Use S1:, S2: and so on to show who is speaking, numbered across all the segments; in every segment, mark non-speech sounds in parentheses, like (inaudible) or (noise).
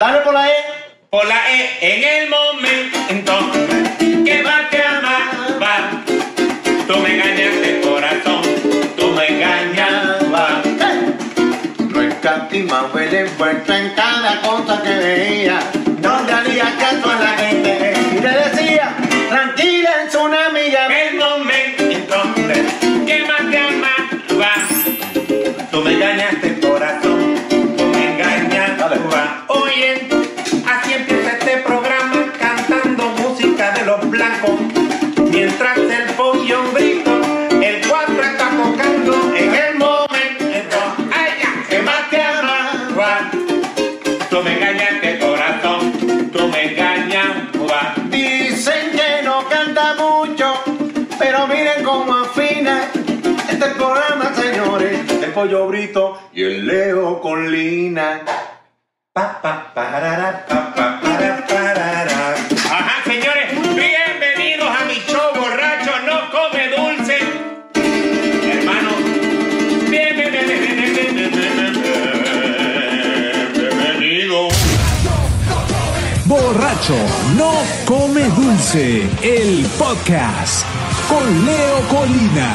S1: Dame por la E.
S2: Por la E, en el momento que más te amaba, tú me engañaste corazón, tú me engañabas.
S1: No escatimaba el esfuerzo en cada cosa que veía. No le haría caso a la gente. Y le decía, tranquila, es una amiga.
S2: En el momento que más te amaba, tú me engañaste corazón, tú me engañabas. Oye, así empieza este programa cantando música de los blancos, mientras el pollo grito, el cuatro está tocando en el momento. Ay, ya, que más te amaba, tú me engañaste corazón, tú me engañabas.
S1: Dicen que no canta mucho, pero miren cómo afina este programa, señores. El pollo brito y el Leo con Lina. Pa, pa, parara, pa, pa, para, parara.
S2: Ajá, señores, bienvenidos a mi show borracho no come dulce. Hermano, bien- bien- bien- bien- bien- bien- bien- bien- bien- bienvenido.
S3: Borracho no come dulce, el podcast con Leo Colina.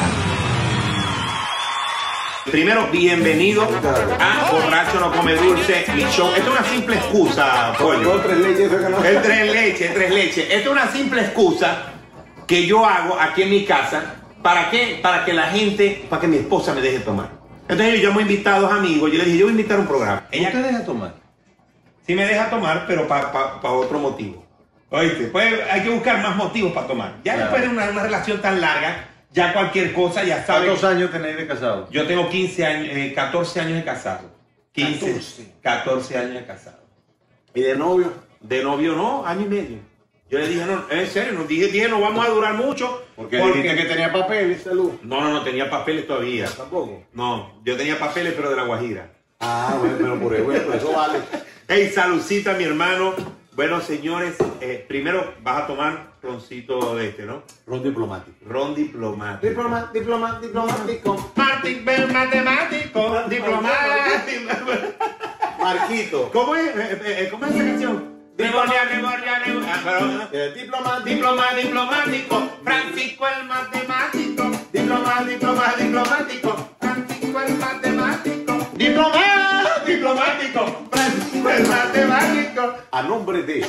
S4: Primero, bienvenido a Borracho no come dulce, mi show. Esto es una simple excusa, pollo.
S5: Tres leyes eso que no.
S4: El tres leche, tres leche. Esto es una simple excusa que yo hago aquí en mi casa. ¿Para qué? Para que la gente, para que mi esposa me deje tomar. Entonces yo llamo invitados, amigos, yo le dije, yo voy a invitar a un programa. Ella
S5: te deja tomar?
S4: sí me deja tomar, pero para otro motivo. Oíste, pues hay que buscar más motivos para tomar. Ya
S5: Claro.
S4: después de una, una relación tan larga, ya cualquier cosa, ya sabes.
S5: ¿Cuántos años tenéis de casado?
S4: Yo tengo 15 años, eh, 14 años de casado. 15, 14.
S5: 14.
S4: años de casado.
S5: ¿Y de novio?
S4: De novio no, año y medio. Yo le dije, no, en serio, nos dije, dije, no vamos a durar mucho.
S5: Porque dijiste que tenía papel y salud.
S4: No, no, no, tenía papeles todavía.
S5: Tampoco.
S4: No, yo tenía papeles, pero de la Guajira.
S5: Ah, bueno, pero por eso, bueno, por eso vale.
S4: (laughs) Hey, saludcita, mi hermano. Bueno, señores, eh, primero vas a tomar roncito de este, ¿no?
S5: Ron diplomático.
S4: Ron diplomático.
S5: Diploma, diploma, diplomático.
S4: Martín, Bell, matemático, (laughs) diplomático.
S5: Marquito.
S4: ¿Cómo es? Eh, eh, eh, ¿Cómo es esa canción? Memoria, memoria, memoria. Ah, pero-
S5: Eh, diplomático.
S4: Diploma diplomático, Francisco el matemático. Diploma, diploma diplomático, Francisco el matemático. Diploma diplomático, Francisco el matemático.
S5: A nombre de.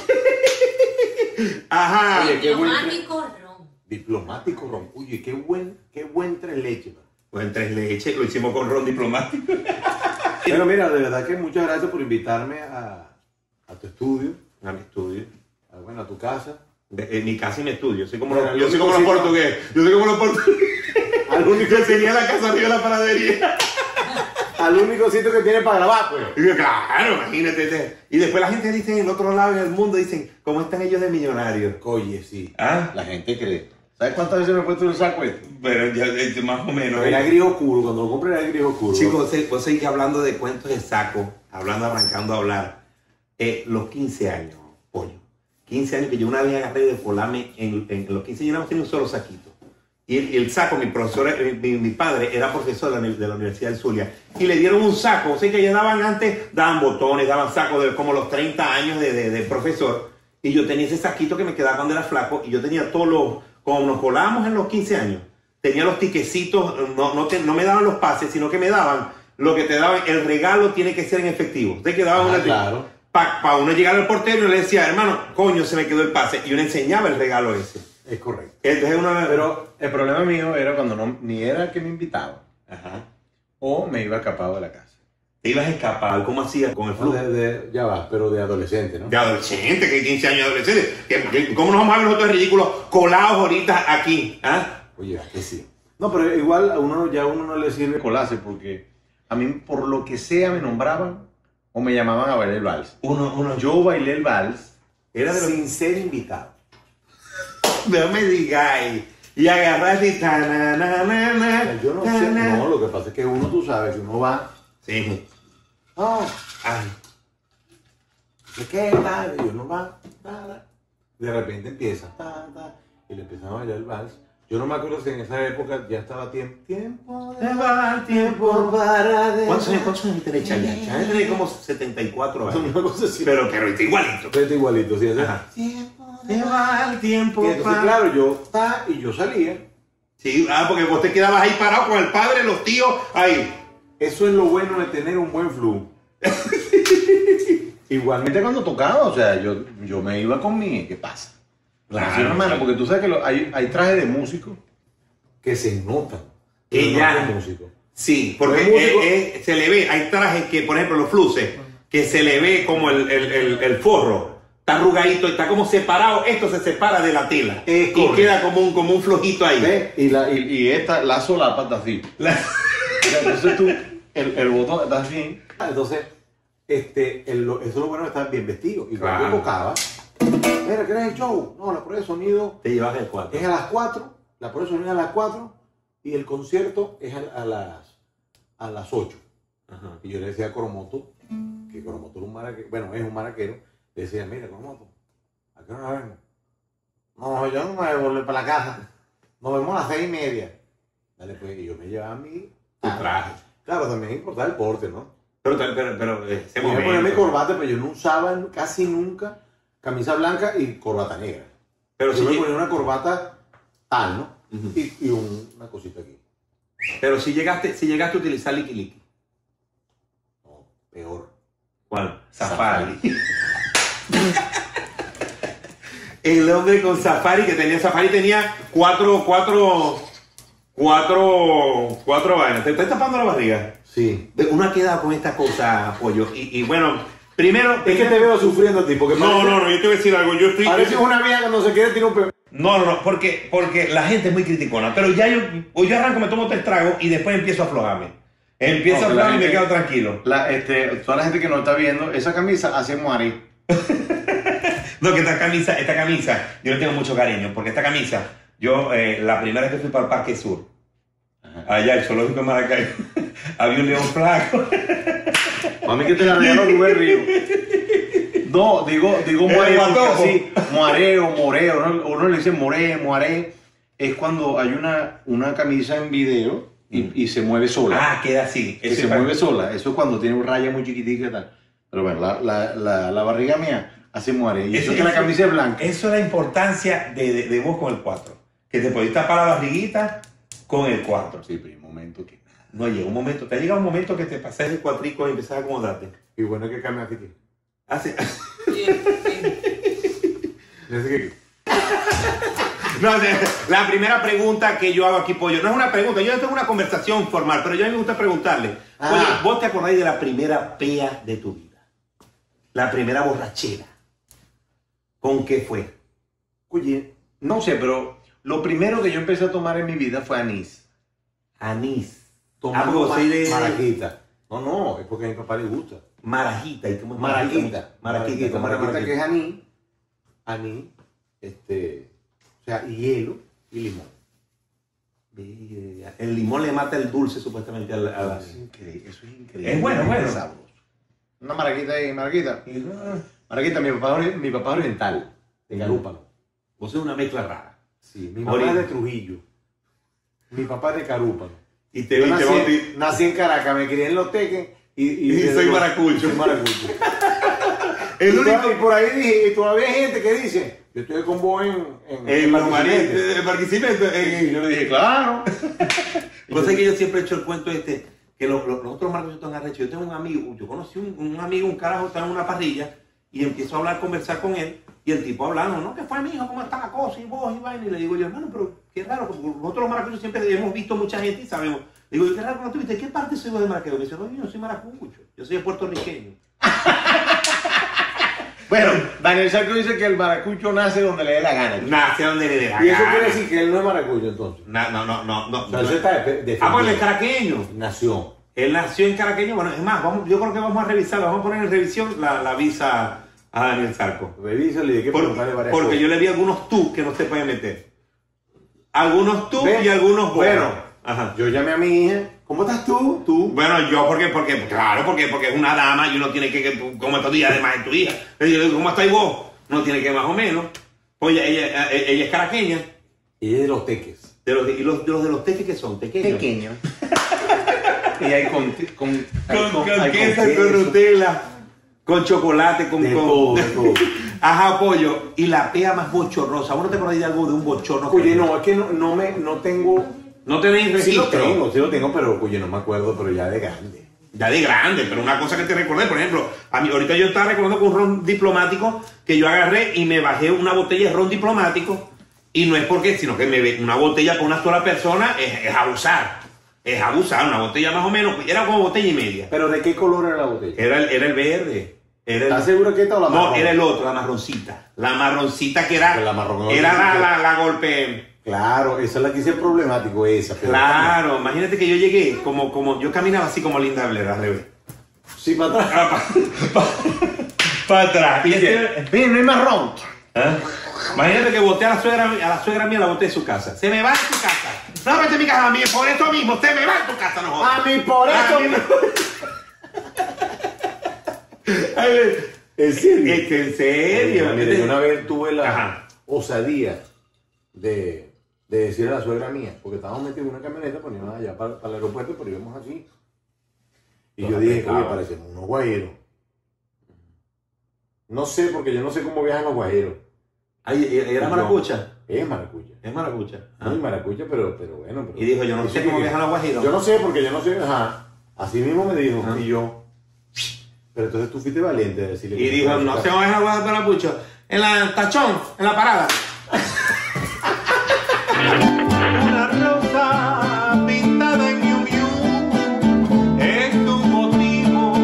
S4: Ajá.
S5: Oye, qué buen. tre-
S6: Diplomático ron.
S5: Diplomático ron. Oye, qué buen, qué buen tres leches. man.
S4: Pues en tres leches lo hicimos con ron diplomático.
S5: Pero mira, de verdad que muchas gracias por invitarme a, a tu estudio,
S4: A mi estudio.
S5: a, bueno, a tu casa,
S4: De- en mi casa y mi estudio. Soy como
S5: Bueno,
S4: los- yo
S5: yo
S4: soy como los
S5: sí, no.
S4: portugueses. Yo soy como los portugueses.
S5: al único,
S4: Que tenía la casa arriba de la panadería.
S5: al único sitio que tiene para grabar, pues.
S4: Y yo, claro, imagínate. te- Y después la gente dice en el otro lado del mundo, dicen, ¿cómo están ellos de millonarios?
S5: Oye, sí.
S4: Ah.
S5: La gente cree. ¿Sabes cuántas veces me he puesto en el saco este?
S4: Pero ya, eh, más o menos.
S5: Era gris oscuro, cuando lo compré era gris oscuro.
S4: Chicos, vos seguís- vos seguís hablando de cuentos de saco, hablando, arrancando a hablar. Eh, los 15 años, pollo. 15 años que yo una vez agarré de volame, en, en los 15 años no tenía un solo saquito. Y el, y el saco, mi profesor, eh, mi, mi padre era profesor de la, uni- de la Universidad del Zulia, y le dieron un saco, o sea que ya daban antes, daban botones, daban sacos de como los 30 años de, de- de profesor, y yo tenía ese saquito que me quedaba cuando era flaco, y yo tenía todos los, como nos colábamos en los 15 años, tenía los tiquecitos, no, no, te- no me daban los pases, sino que me daban lo que te daban, el regalo tiene que ser en efectivo, te quedaban
S5: Ah,
S4: una-
S5: claro.
S4: para uno llegar al portero y le decía, hermano, coño, se me quedó el pase. Y uno enseñaba el regalo ese.
S5: Es correcto.
S4: Entonces uno...
S5: Pero eh, el problema mío era cuando no, ni era que me invitaba
S4: Ajá.
S5: o me iba escapado de la casa.
S4: Te ibas a escapar. ¿Cómo hacías con el flujo?
S5: De, de- ya va, pero de adolescente, ¿no?
S4: De adolescente, que 15 años de adolescente. ¿Qué- qué- ¿Cómo nos vamos a ver nosotros ridículos colados ahorita aquí? ¿Ah?
S5: Oye, que sí. No, pero igual a uno ya a uno no le sirve colarse porque a mí por lo que sea me nombraban o me llamaban a bailar el vals.
S4: Uno, uno.
S5: Yo bailé el vals
S4: Era de los...
S5: sin ser invitado.
S4: No me digáis. Y agarraste y...
S5: sea,
S4: tananana,
S5: Yo no sé,
S4: tanana.
S5: no, lo que pasa es que uno, tú sabes, que uno va,
S4: Sí.
S5: ah,
S4: Ay.
S5: ¿de qué tal? Y uno va, nada. De repente empieza, ta, ta, y le empiezan a bailar el vals, Yo no me acuerdo si en esa época ya estaba tiempo. Tiempo.
S4: Se va el tiempo para de... ¿Cuántos años, cuántos años tiene Chayanne?
S5: Eh.
S4: Chayanne tiene como 74
S5: Una
S4: años.
S5: cosa así.
S4: Pero, pero está igualito.
S5: Pero está igualito, sí. así.
S4: Ajá. Se va el tiempo
S5: Y entonces,
S4: para-
S5: claro, yo ta, y yo salía.
S4: Sí, ah, porque vos te quedabas ahí parado con el padre, los tíos, ahí.
S5: Eso es lo bueno de tener un
S4: (laughs)
S5: buen flu. Igualmente cuando tocaba, o sea, yo, yo me iba con mi, ¿qué pasa?
S4: Claro,
S5: Sí, hermano,
S4: claro.
S5: porque tú sabes que lo- hay, hay trajes de músico que se notan.
S4: Que
S5: Pero no
S4: ya.
S5: es de músico.
S4: Sí, porque
S5: Los músicos-
S4: eh, eh, se le ve, hay trajes que, por ejemplo, los fluces, que se le ve como el, el- el- el forro, está arrugadito, está como separado, esto se separa de la tela
S5: Es
S4: y
S5: correcto.
S4: queda como un, como un flojito ahí.
S5: ¿Ves? Y, la, y, y esta, la solapa está así. (laughs) O sea, Entonces tú, el, el botón está así. Entonces, este, el, lo- eso es lo bueno de estar bien vestido. Y cuando
S4: Claro.
S5: yo tocaba, mira, ¿querés el show? No, la prueba de sonido
S4: Te llevas el cuarto.
S5: es a las 4, la prueba de sonido es a las 4 y el concierto es a, a las a las 8.
S4: Ajá.
S5: Y yo le decía a Coromoto, que Coromoto era un maraquero, bueno, es un maraquero, le decía, mira, Coromoto, ¿a qué hora vengo? No, yo no me voy a volver para la casa. Nos vemos a las seis y media. Dale, pues, y yo me llevaba mi
S4: Tu
S5: traje.
S4: traje.
S5: Claro, también importaba el porte, ¿no?
S4: Pero, pero, pero, pero eh, ese
S5: Yo me ponía mi
S4: momento.
S5: corbata, pero yo no usaba casi nunca camisa blanca y corbata negra.
S4: pero,
S5: Pero si
S4: si
S5: me
S4: lleg-
S5: ponía una corbata tal, ¿no?
S4: Ujú.
S5: Y, y un- una cosita aquí.
S4: pero si llegaste, si llegaste a utilizar liqui liqui.
S5: No, peor.
S4: ¿Cuál? Safari. el hombre con Safari que tenía Safari tenía cuatro, cuatro, cuatro, cuatro vainas. ¿Te estás tapando la barriga?
S5: Sí.
S4: Ve, Uno ha quedado con esta cosa, pollo. Y, y bueno, primero.
S5: Es que te veo sufriendo a ti, porque
S4: No, no, no, yo te voy a decir algo. Yo estoy.
S5: Parece una vieja cuando se quiere tirar un peor.
S4: No, no, no, porque, porque la gente es muy criticona. Pero ya yo, o yo arranco, me tomo tres tragos y después empiezo a aflojarme. Empiezo
S5: No,
S4: a aflojarme y me
S5: claramente.
S4: quedo tranquilo.
S5: La, este, toda la gente que nos está viendo, esa camisa hace Moari.
S4: No, que esta camisa, esta camisa, yo le tengo mucho cariño, porque esta camisa, yo eh, la primera vez que fui para el Parque Sur, allá el zoológico de Maracaibo, (laughs) había un león flaco.
S5: A mí que te la regaló Rubén Río. No, digo, digo
S4: El
S5: Moare, porque
S4: guatojo.
S5: así, Moare o More, uno, uno le dice More, Moare, es cuando hay una, una camisa en video y, y se mueve sola.
S4: Ah, queda así.
S5: que
S4: Ese
S5: se
S4: pa-
S5: mueve sola, eso es cuando tiene un raya muy chiquitica y tal. Pero bueno, la, la, la, la barriga mía hace Moare. Y eso, que la camisa es blanca.
S4: Eso es la importancia de, de, de vos con el 4. Que te podés tapar la barriguita con el 4.
S5: Sí, pero hay un momento que...
S4: No llega un momento, te llega un momento que te pasas el cuatrico y empezás a acomodarte. Ah,
S5: Y bueno, que cambia aquí.
S4: Hace-
S5: que...
S4: No, de- la primera pregunta que yo hago aquí, Pollo, no es una pregunta, yo tengo una conversación formal, pero yo a mí me gusta preguntarle.
S5: Ah.
S4: Pollo, ¿vos te acordáis de la primera pea de tu vida? La primera borrachera. ¿Con qué fue?
S5: Oye, no sé, pero lo primero que yo empecé a tomar en mi vida fue anís.
S4: Anís.
S5: Tomando
S4: Algo así de-
S5: marajita. No, no, es porque a mi papá le gusta.
S4: Marajita. ¿Y cómo es
S5: Maraquita.
S4: Maraquita.
S5: Maraquita,
S4: ¿cómo era
S5: maraquita que es
S4: maraquita?
S5: anís. Anís, este, o sea, hielo y limón.
S4: Verga, El limón le mata el dulce supuestamente al, al anís.
S5: increíble, eso es increíble.
S4: Es bueno, bueno.
S5: Sabroso. Una maraquita ahí, maraquita. Maraquita, mi papá, ori- mi papá oriental, de Carúpano.
S4: Vos sos una mezcla rara.
S5: Sí, mi mamá
S4: Ori-
S5: es de Trujillo. Mi papá es de Carúpano.
S4: Y te, y
S5: Yo
S4: te
S5: nací,
S4: bauti-
S5: nací en Caracas, me crié en Los Teques y,
S4: Y soy maracucho.
S5: soy
S4: (laughs)
S5: maracucho.
S4: El
S5: y,
S4: único-
S5: to- y por ahí dije, y todavía hay gente que dice, yo estoy con vos en, en,
S4: En
S5: en
S4: los
S5: Barquisimeto".
S4: mares, en Barquisimeto, en-
S5: Y yo le dije, claro.
S4: (laughs) Vos sabés que yo siempre he hecho el cuento este, que los, los, los otros marcos están arrechos. Yo tengo un amigo, yo conocí un, un amigo, un carajo, estaba en una parrilla, y empiezo a hablar, conversar con él, y el tipo hablando, no, que fue mi hijo, cómo está la cosa, y vos, y vaina, y le digo yo, hermano, pero qué raro, porque nosotros los maracuchos siempre hemos visto mucha gente y sabemos. Le digo, yo, qué raro, ¿no tuviste? ¿Qué parte soy vos de maracucho? Me dice, no, yo no soy maracucho, yo soy puertorriqueño.
S5: Bueno, Daniel Sarco dice que el maracucho nace donde le dé la gana.
S4: Nah, sé dónde le dé la
S5: Y eso
S4: gana.
S5: quiere decir que él no es maracucho entonces.
S4: Nah, no, no, no, no.
S5: O sea,
S4: no.
S5: eso está de,
S4: Ah, pues él es caraqueño.
S5: nación.
S4: Él nació en Caraqueño, bueno, es más, vamos, yo creo que vamos a revisarlo, vamos a poner en revisión la, la visa a Daniel Zarco.
S5: Revísale y hay que
S4: Por-
S5: preguntarle varias
S4: porque
S5: cosas.
S4: yo le vi algunos tú que no se pueden meter. Algunos tú
S5: ¿Ves?
S4: y algunos vos.
S5: Bueno,
S4: Ajá.
S5: yo llamé a mi hija, ¿cómo estás tú? Tú.
S4: Bueno, yo porque, porque, claro, porque, porque es una dama y uno tiene que, que como estos días, además es tu hija. Le digo, ¿cómo estáis vos? No tiene que más o menos. Oye, Pues ella, ella es caraqueña.
S5: Y es de los teques.
S4: De los, de- y los, de los de los teques que son pequeños.
S1: Pequeño. y hay con. Con, hay
S4: Con, con
S1: hay
S4: queso,
S1: queso.
S4: con Nutella, con chocolate, con.
S5: De
S4: con- (laughs)
S5: todo, de todo.
S4: Ajá, pollo. Y la pea más bochornosa. ¿Vos no te acordás de algo de un bochorno?
S5: Oye, no, es que no, no me, no tengo.
S4: No tenés
S5: Sí
S4: registro.
S5: lo tengo, sí lo tengo, pero oye, no me acuerdo, pero ya de grande.
S4: Ya de grande, pero una cosa que te recordé, por ejemplo, a mí, ahorita yo estaba recordando con un ron diplomático que yo agarré y me bajé una botella de ron diplomático y no es porque, sino que me ve- una botella con una sola persona es, es abusar, es abusar, una botella más o menos, era como botella y media.
S5: ¿Pero de qué color era la botella?
S4: Era el, era el verde, era el,
S5: ¿Estás seguro que esta o la
S4: no,
S5: marrón?
S4: era el otro, la marroncita, la marroncita que era,
S5: Pero la marrón-
S4: era la, la, la golpe.
S5: Claro, esa es la que hice problemático, esa. pero-
S4: Claro, imagínate que yo llegué como, como, yo caminaba así como Linda Blair al revés. Ah,
S5: Sí, para atrás.
S4: Para atrás. Y este-
S1: Mira, no hay marrón.
S4: ¿Eh? Imagínate que boté a la suegra, a la suegra mía, la boté de su casa. Se me va de tu casa. No, vete a mi casa, a mí, por eso mismo, se me va de tu casa, no jodas.
S1: A mí por eso.
S4: A
S5: (laughs)
S4: mí
S5: ¿En serio?
S4: Es que en serio.
S5: Mira, yo una vez tuve la
S4: Ajá.
S5: osadía de, de decirle a la suegra mía, porque estábamos metidos en una camioneta, poníamos allá para, para el aeropuerto, pero íbamos aquí. Y yo dije, oye, parecemos unos guajeros. No sé, porque yo no sé cómo viajan los guajeros.
S4: Ay, ¿Era maracucha?
S5: Es maracuya.
S4: Es maracucha. Ah.
S5: Muy maracuya, pero, pero bueno. pero-
S4: Y dijo, yo no
S5: eso
S4: sé
S5: que-
S4: cómo viajan los guajiros.
S5: Yo no sé, porque yo no sé. Ajá. Así mismo me dijo.
S4: Ah.
S5: Y yo. Pero entonces tú fuiste valiente de decirle.
S4: Y dijo, no se va a dejar guardar para Pucho. En la tachón, en la parada.
S1: Una rosa pintada en Miu Miu es tu motivo.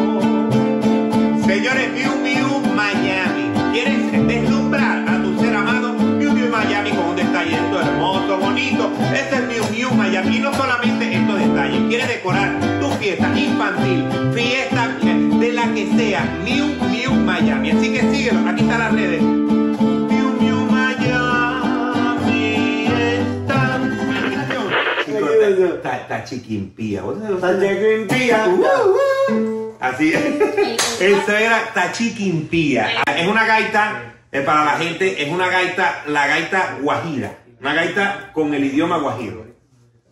S4: Señores, Miu Miu Miami. ¿Quieres deslumbrar a tu ser amado? Miu Miu Miami con un detallito hermoso, bonito. Este es Miu Miu Miami. Y no solamente estos detalles. ¿Quieres decorar tu fiesta infantil, fiesta eh, de la que sea? Miu Miu Miami. Así que síguelo. Aquí están las redes. Miu Miu Miami. está- Está, está chiquimpía. ¿Vos sabés lo que- Así Eso era tachiquimpía. Es una gaita, eh, para la gente, es una gaita, la gaita guajira. Una gaita con el idioma guajiro.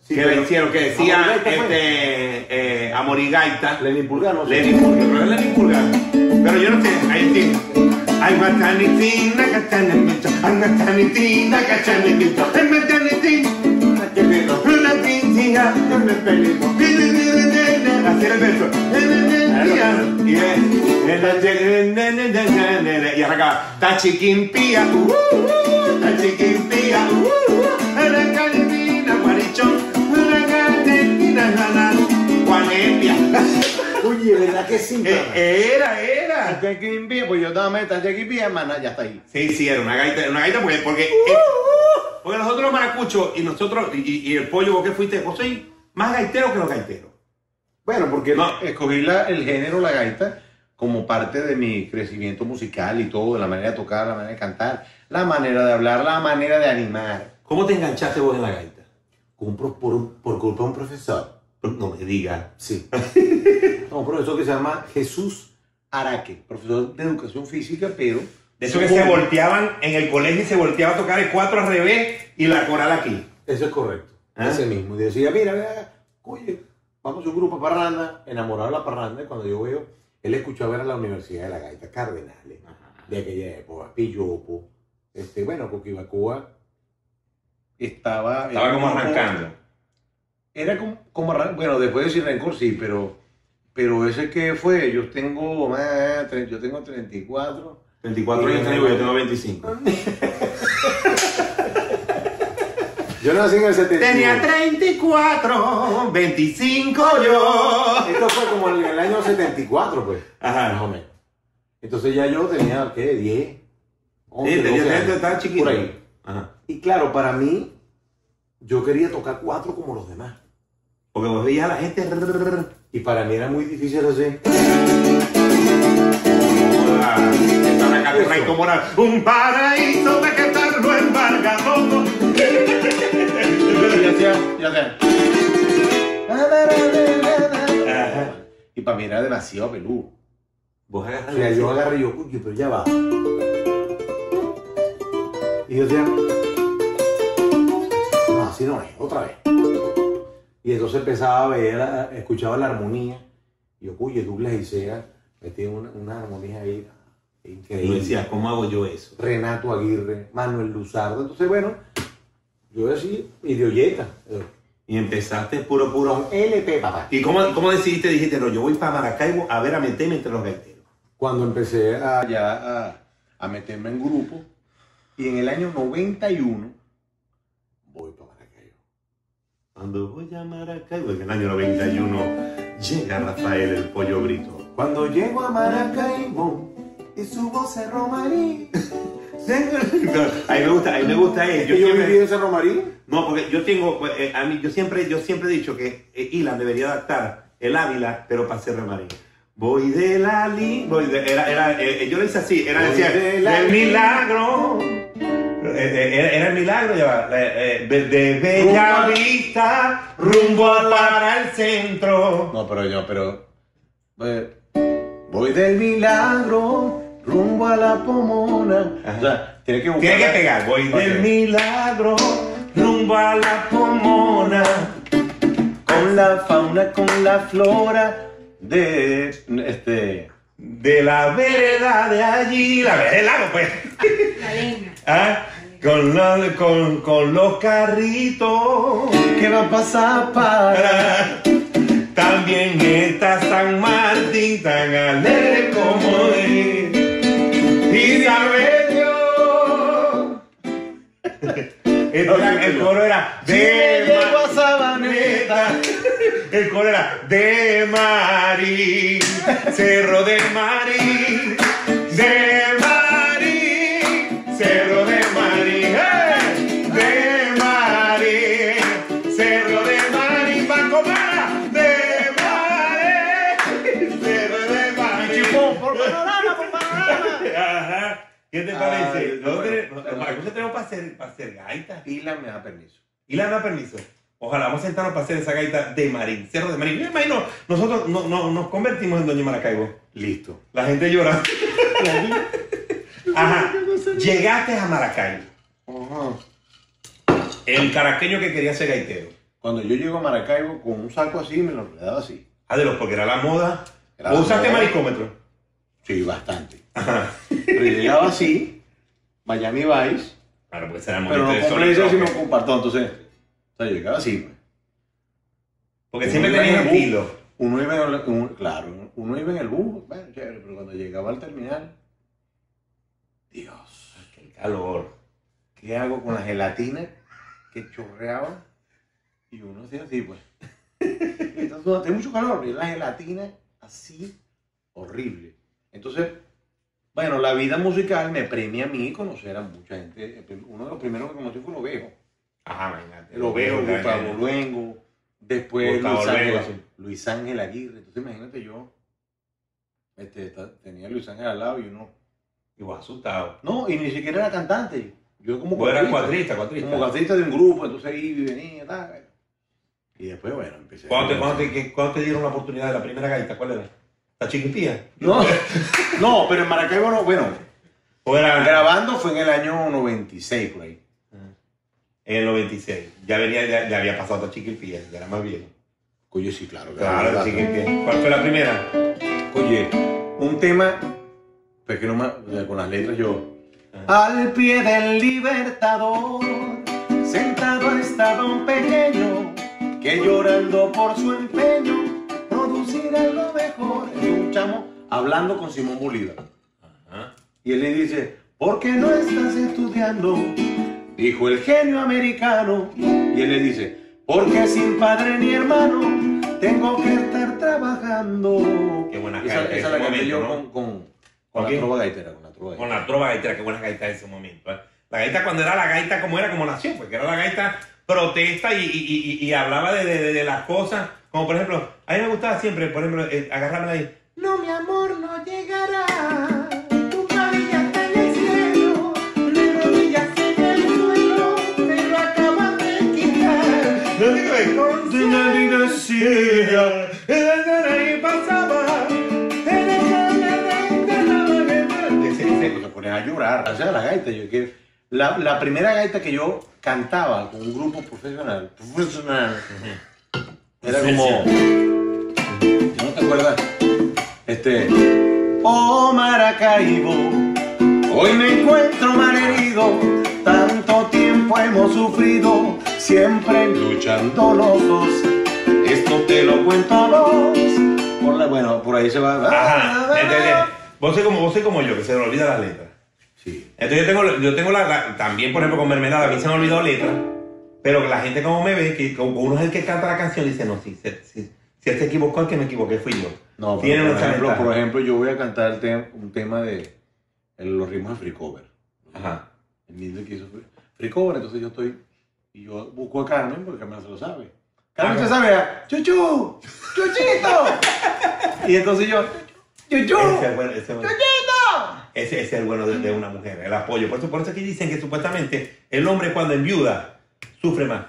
S4: que le hicieron, que decía
S5: Amorigaita fue.
S4: este, eh, Amorigaita.
S5: Lenin Pulgano.
S4: Lenny Pulgar, pero es Lenny Pulgar. Pero yo no sé, ahí sí. Ay, guatanitín, nagatanimito, angatanitín, nagatanimito, emmetanitín, nagatanimito, nagatintinga, emmepenito, nagatintinga. Así era el verso. Nagatintinga. Y es- Y arrancaba. Tachiquimpía, uh, uh, tachiquimpía, uh, uh, nagatanimina, guarichón, nagatanimina, nana, guanepia.
S5: Oye, ¿verdad que sí?
S4: Eh, eh, era, era.
S1: Tachiquimpía, pues yo dame tachiquimpía, hermana, ya está ahí.
S4: Sí, sí, era una gaita, una gaita porque, porque, eh, porque nosotros los maracuchos y nosotros, y, y- y el pollo, vos que fuiste, vos sois más gaitero que los gaiteros.
S5: Bueno, porque.
S4: No.
S1: Escogí la- el género, la gaita, como parte de mi crecimiento musical y todo, la manera de tocar, la manera de cantar, la manera de hablar, la manera de animar.
S4: ¿Cómo te enganchaste vos en la gaita?
S5: Compro por, un- por culpa de un profesor.
S4: No me digas.
S5: Sí. (laughs) No, un profesor que se llama Jesús.
S1: Araque, profesor de educación física, pero...
S4: De eso que se volteaban en el colegio y se volteaba a tocar el cuatro al revés y la coral aquí.
S5: Eso es correcto.
S4: ¿Ah?
S5: Ese mismo. Y decía, mira, vea, oye, vamos a un grupo de parranda, enamorado de la parranda. Y cuando yo veo, él escuchaba ver a la Universidad de la Gaita Cardenales, de aquella época, Pillopo, este, bueno, Coquibacoa.
S1: Estaba...
S4: Estaba como arrancando.
S1: Era como, como arran- bueno, después de Sin Rencor sí, pero, pero ese que fue, yo tengo, ah, tre- yo tengo 34.
S4: 24 años tengo, yo tengo 25.
S5: Yo nací en el 71.
S4: Tenía 34, 25 yo.
S5: Esto fue como en el año 74, pues.
S4: Ajá.
S5: Más o menos. Entonces ya yo tenía, ¿qué? 10.
S4: Sí,
S5: 11,
S4: tenía
S5: 12
S4: gente,
S5: años.
S4: estaba chiquito.
S5: Por ahí.
S4: Ajá.
S5: Y claro, para mí, yo quería tocar cuatro como los demás.
S4: Porque vos veías a la gente. rrrr,
S5: Y para mí era muy difícil así.
S4: Hola, están acá con Rey Comoral. Un paraíso vegetal no embargador.
S1: Y ya Ah, sea, ya sea. Y para mí era demasiado peludo.
S4: Vos agarras
S5: O sea, yo agarré y yo, "Uy, pero ya va. Y yo decía... No, así así no es, otra vez. Y entonces empezaba a ver, a- escuchaba la armonía. Y yo, oye, Douglas Isea metía una, una armonía ahí
S4: Y yo
S5: increíble.
S4: decía, ¿cómo hago yo eso?
S5: Renato Aguirre, Manuel Luzardo. Entonces, bueno, yo decía, idiolleta.
S4: Y empezaste puro,
S5: Con
S4: puro.
S5: LP, papá.
S4: ¿Y cómo, cómo decidiste? Dijiste, no, yo voy para Maracaibo a ver a meterme entre los gaiteros.
S5: Cuando empecé a...
S1: allá a, a meterme en grupo. Y en el año 91,
S5: Voy para Maracaibo.
S4: Cuando voy a Maracaibo, en el año 91, llega Rafael el Pollo
S5: (laughs)
S4: Brito.
S5: Cuando llego a Maracaibo y subo
S1: (laughs)
S5: Cerro Marín.
S4: a mí me gusta, a mí me gusta él.
S5: Yo, yo
S4: siempre-
S5: viví en Cerro Marín.
S4: No, porque yo tengo, pues, eh, a mí, yo siempre, yo siempre he dicho que eh, Ilan debería adaptar el Ávila, pero para Cerro Marín. Voy de la li, voy de- era, era, eh, yo lo hice así, era
S5: Voy
S4: decía,
S5: de la
S4: del
S5: li-
S4: milagro. Eh, eh, Era, era el milagro, ya va, eh, eh, de, de Bella
S1: Rumbo a-
S4: Vista, rumbo a para el centro.
S1: No, pero yo, pero. eh, voy del milagro rumbo a la pomona.
S4: Ajá.
S1: O sea, tiene que buscar.
S4: Tiene que pegar, voy
S1: Ok.
S4: del milagro, rumbo a la pomona.
S1: Con la fauna, con la flora de. Este.
S4: De la vereda de allí, la vereda del lago, pues.
S6: La leña.
S4: Ah, Con, la- con, con los carritos.
S1: ¿Qué va a pasar para.?
S4: Ah, También está San Martín, tan alegre como es. Y sabe Dios. Esto era- el Este coro era
S1: Si me
S4: de
S1: llego a Sabaneta.
S4: Margarita. El coro era de Marín, Cerro de Marín, de Marín, Cerro de Marín, ¡eh! de Marín, Cerro de Marín, Bacomara, de Marín, Cerro de Marín.
S1: Por panorama, por panorama.
S4: (laughs) Ajá. ¿Qué te
S1: Ah,
S4: parece?
S1: está
S4: ¿No
S1: bueno,
S4: te-
S1: está
S4: no-
S1: bueno.
S4: ¿Alguna tenemos para hacer, para hacer gaita?
S1: Pila me da permiso.
S4: Y la da permiso. Ojalá vamos a sentarnos para hacer esa gaita de Marín, Cerro de Marín. Yo me imagino, nosotros no, no- nos convertimos en Doña Maracaibo.
S1: Listo.
S4: La gente
S1: (laughs)
S4: llora. Ajá. Llegaste a Maracaibo.
S1: Ajá.
S4: El caraqueño que quería ser gaitero.
S1: Cuando yo llego a Maracaibo con un saco así, me lo enredaba así.
S4: Ah, de los porque era la moda.
S1: Era
S4: ¿Vos
S1: la
S4: usaste
S1: moda.
S4: maricómetro?
S1: Sí, bastante.
S4: Ajá.
S1: Pero yo llegaba así, Miami Vice,
S4: Claro, porque será
S1: pero no compré eso sino con partón. Entonces, o sea, yo llegaba así. pues.
S4: Porque siempre
S1: Uno iba
S4: tenías
S1: en el bus,
S4: estilo.
S1: Uno iba, en el- un- claro, uno iba en el bus, bueno, chévere, pero cuando llegaba al terminal, Dios,
S4: El calor.
S1: ¿qué hago con la gelatina que chorreaba? Y uno hacía así, pues. (laughs) Entonces, cuando tenía mucho calor, y la gelatina así, horrible. Entonces, bueno, la vida musical me premia a mí conocer a mucha gente. Uno de los primeros que conocí fue un ovejo.
S4: Ajá, imagínate.
S1: Lo veo, Gustavo Luengo, después
S4: Gustavo
S1: Luis Ángel,
S4: Luengo, sí.
S1: Luis Ángel Aguirre. Entonces imagínate yo, este, ta- tenía a Luis Ángel al lado y uno.
S4: Y vos asustado.
S1: No, y ni siquiera era cantante. Yo como
S4: Vos eras cuatrista, cuatrista.
S1: Como cuatrista de un grupo, entonces iba y venía, tal. Y después, bueno, empecé. a-
S4: ¿Cuándo te, cuándo te- qué- cuándo te dieron la oportunidad de la primera gaita? ¿Cuál era? ¿La chiquitía?
S1: No, (laughs) no, pero en Maracaibo no, bueno,
S4: ¿O era
S1: grabando fue en el año 96 por ahí.
S4: En el 96. Ya, venía, ya, ya había pasado la chiquitía, ya era más viejo.
S1: Oye, sí, claro.
S4: Claro, la chiquitía. ¿Cuál fue la primera?
S1: Oye, un tema, pues que no más, o sea, con las letras yo.
S4: Ajá.
S1: Al pie del libertador, sentado estaba un pequeño, que llorando por su empeño, producir algo mejor. Es un chamo hablando con Simón Bolívar.
S4: Ah,
S1: Y él le dice, ¿por qué no estás estudiando? Dijo el genio americano. Y él le dice, porque sin padre ni hermano tengo que estar trabajando.
S4: Qué buena
S1: Esa,
S4: gaita
S1: esa
S4: en
S1: la
S4: ese
S1: canté yo
S4: momento,
S1: con,
S4: ¿no?
S1: con, con
S4: ¿Con
S1: la
S4: quién?
S1: trova gaitera. Con la trova
S4: Con
S1: gaitera.
S4: la trova gaitera, qué buena gaita en ese momento. ¿eh? La gaita cuando era la gaita, como era, como nació, porque era la gaita protesta y, y- y- y hablaba de, de- de- de las cosas, como por ejemplo, a mí me gustaba siempre, por ejemplo, eh, agarrarme ahí. No, mi amor, no llegará. Tu cabilla está en el cielo, de rodillas en el suelo, te lo acabas de quitar. No digo de y pasaba. en el-
S1: Se, se, se ponen a llorar. O sea, la gaita. Yo, que,
S5: La, la primera gaita que yo cantaba con un grupo profesional, profesional, era como. ¿No te acuerdas? Este. Oh Maracaibo, hoy me encuentro malherido. Tanto tiempo hemos sufrido, siempre luchando los dos. Esto te lo cuento a vos. Por la- bueno, por ahí se va. Ah,
S4: Ajá, ¿me entendés? Vos sois como, vos sois como yo, que se me olvidan las letras.
S7: Sí.
S4: Entonces yo tengo, yo tengo la, la- también por ejemplo con mermelada, a mí se me han olvidado letras, pero la gente como me ve, que como uno es el que canta la canción, dice, no, si, se- si, si él se equivocó, el que me equivoqué fui yo.
S5: No, pero
S4: Tiene
S5: por,
S4: nuestra
S5: ejemplo,
S4: ventaja.
S5: por ejemplo, yo voy a cantar el tem- un tema de el- los ritmos de free cover.
S4: Ajá.
S5: El mismo que hizo free, free cover, entonces yo estoy y yo busco a Carmen porque Carmen se lo sabe. Carmen se sabe a Chuchu, Chuchito. y entonces yo, Chuchu,
S4: Ese es bueno, ese es bueno. Ese, ese es el bueno de, de una mujer, el apoyo. Por eso, por eso es que dicen que supuestamente el hombre cuando enviuda sufre más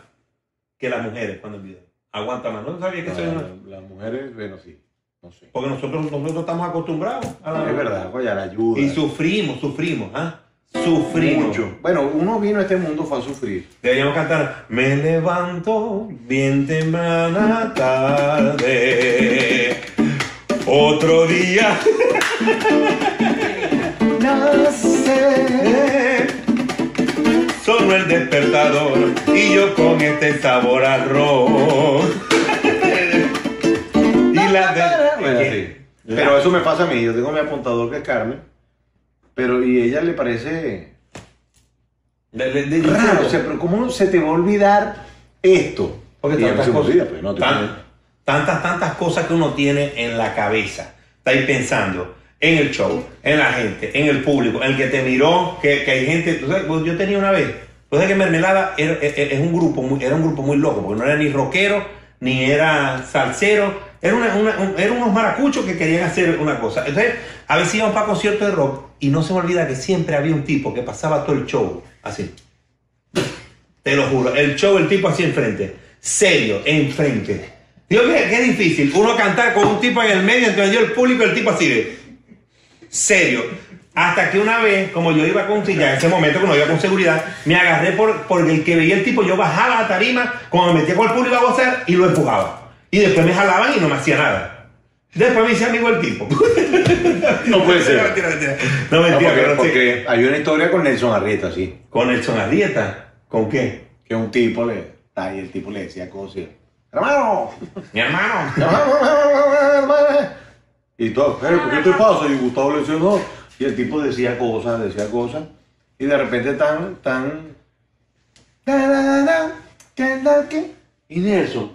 S4: que las mujeres cuando enviudan. Aguanta más. No sabía que eso era
S5: No,
S4: una-
S5: la- las mujeres, bueno, sí, no sé.
S4: Porque nosotros, nosotros estamos acostumbrados a la
S5: Es verdad, oye, la ayuda.
S4: Y sufrimos, sufrimos, ¿ah? Sufrimos.
S5: mucho. Bueno, uno vino a este mundo fue a sufrir.
S4: Deberíamos cantar Me levanto bien temprana tarde Otro día Nace Solo el despertador Y yo con este sabor a rock
S5: (laughs)
S4: Y la de...
S5: Bueno, sí. Pero eso me pasa a mí. Yo tengo mi apuntador que es Carmen. Pero y ella le parece
S4: De- de- de-
S5: raro. O sea, pero ¿cómo se te va a olvidar esto?
S4: Porque
S5: Y a mí
S4: tantas
S5: se me
S4: cosas.
S5: olvida, pues, no, te-
S4: Tan- tantas, tantas cosas que uno tiene en la cabeza. Está ahí pensando en el show, en la gente, en el público, en el que te miró, que, que hay gente. tú sabes, pues, yo tenía una vez, tú sabes que Mermelada era, e- e- es un grupo muy, era un grupo muy loco, porque no era ni rockero, ni era salsero, era, una- una- un- era unos maracuchos que querían hacer una cosa. Entonces, a veces íbamos para conciertos de rock y no se me olvida que siempre había un tipo que pasaba todo el show así. Te lo juro. El show, el tipo así enfrente. Serio, enfrente. Dios mío, qué difícil. Uno cantar con un tipo en el medio, entendió el público, el tipo así de. Serio. Hasta que una vez, como yo iba con ya en ese momento que no iba con seguridad, me agarré por, por el que veía el tipo, yo bajaba la tarima, cuando me metía con el público a gozar y lo empujaba. Y después me jalaban y no me hacía nada. Después me hice amigo el tipo.
S5: No puede
S4: No, (laughs)
S5: ser.
S4: mentira, mentira. No,
S5: No,
S4: mentira,
S5: porque,
S4: pero sí.
S5: porque hay una historia con Nelson Arrieta, sí.
S4: Con el sonarrieta. ¿Con qué?
S5: Que un tipo le. Ay, el tipo le decía cosas. y, Hermano,
S4: Mi hermano.
S5: Y todo, pero ¿por qué te pasa? Y Gustavo le decía, no. Y el tipo decía cosas, decía cosas. Y de repente tan, tan... da, da, da, da, que, da, que, Y Nelson.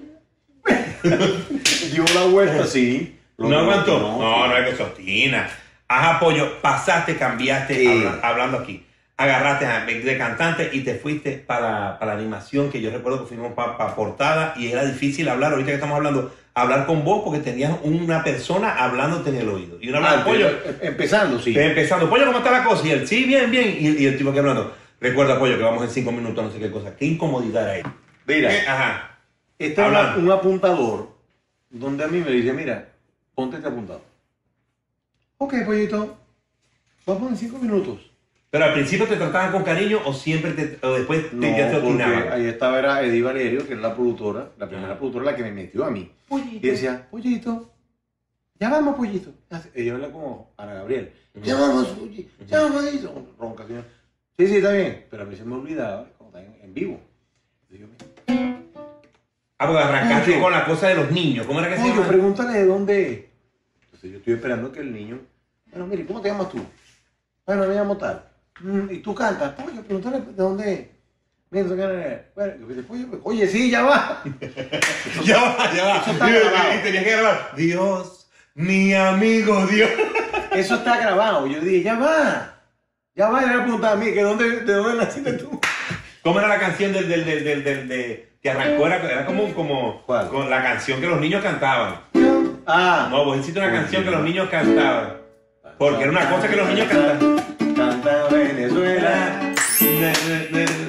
S5: (laughs) Dio la vuelta así. lo
S4: no
S5: que-
S4: aguantó. No,
S5: sí.
S4: no es que sostina. Haz apoyo, pasaste, cambiaste,
S5: Sí.
S4: habla- hablando aquí. Agarraste a- de cantante y te fuiste para, para la animación, que yo recuerdo que fuimos para portada y era difícil hablar, ahorita que estamos hablando, hablar con vos porque tenías una persona hablándote en el oído. Y una hablaba,
S5: Ah,
S4: apoyo.
S5: pero, eh, empezando, sí.
S4: Estoy empezando, pollo, ¿cómo está la cosa? Y él, sí, bien, bien. Y, el- y el tipo que hablando, recuerda, pollo, que vamos en cinco minutos, no sé qué cosa. Qué incomodidad era ahí.
S5: Mira.
S4: Eh, Ajá.
S5: Este es una-
S4: Hablando.
S5: un apuntador donde a mí me dice, mira, ponte este apuntado. Ok, pollito, vamos en cinco minutos.
S4: Pero al principio te trataban con cariño o siempre te, o después
S5: No,
S4: te, ya te
S5: porque
S4: opinaban.
S5: ahí estaba era Eddie Valerio, que era la productora, la primera productora, la que me metió a mí. Y decía, pollito, ya vamos, pollito. Así- Ella habla como Ana Gabriel. Ya vamos, pollito, ya vamos, pollito. Ronca, señor. Sí, sí, está bien. Pero a mí se me olvidaba, como está en, en vivo. Y yo,
S4: Ah, porque arrancaste
S5: Pollo.
S4: con la cosa de los niños. ¿Cómo era que se
S5: Oye,
S4: llama?
S5: pregúntale de dónde es. Entonces yo estoy esperando que el niño. Bueno, mire, ¿cómo te llamas tú? Bueno, me llamo tal. "Mm, ¿Y tú cantas? Pollo, pregúntale de dónde es. Mira, eso que- Bueno, yo dije, "Pollo, pues, oye, sí,
S4: (laughs)
S5: ya va.
S4: (laughs) Ya va, ya va.
S5: está
S4: Y-
S5: grabado.
S4: Y tenías que grabar. Dios, mi amigo Dios.
S5: Eso está grabado. Yo dije, ya va. Ya va, y le preguntaba a mí, que dónde, ¿de dónde naciste tú?
S4: (laughs) ¿Cómo era la canción del, del, del, del, del- de- que arrancó? Era, era como, como
S5: ¿Cuál?
S4: con la canción que los niños cantaban.
S5: Ah,
S4: No, vos hiciste una canción que los niños cantaban. Porque era una cosa que los niños cantaban.
S5: Canta Venezuela.
S4: Era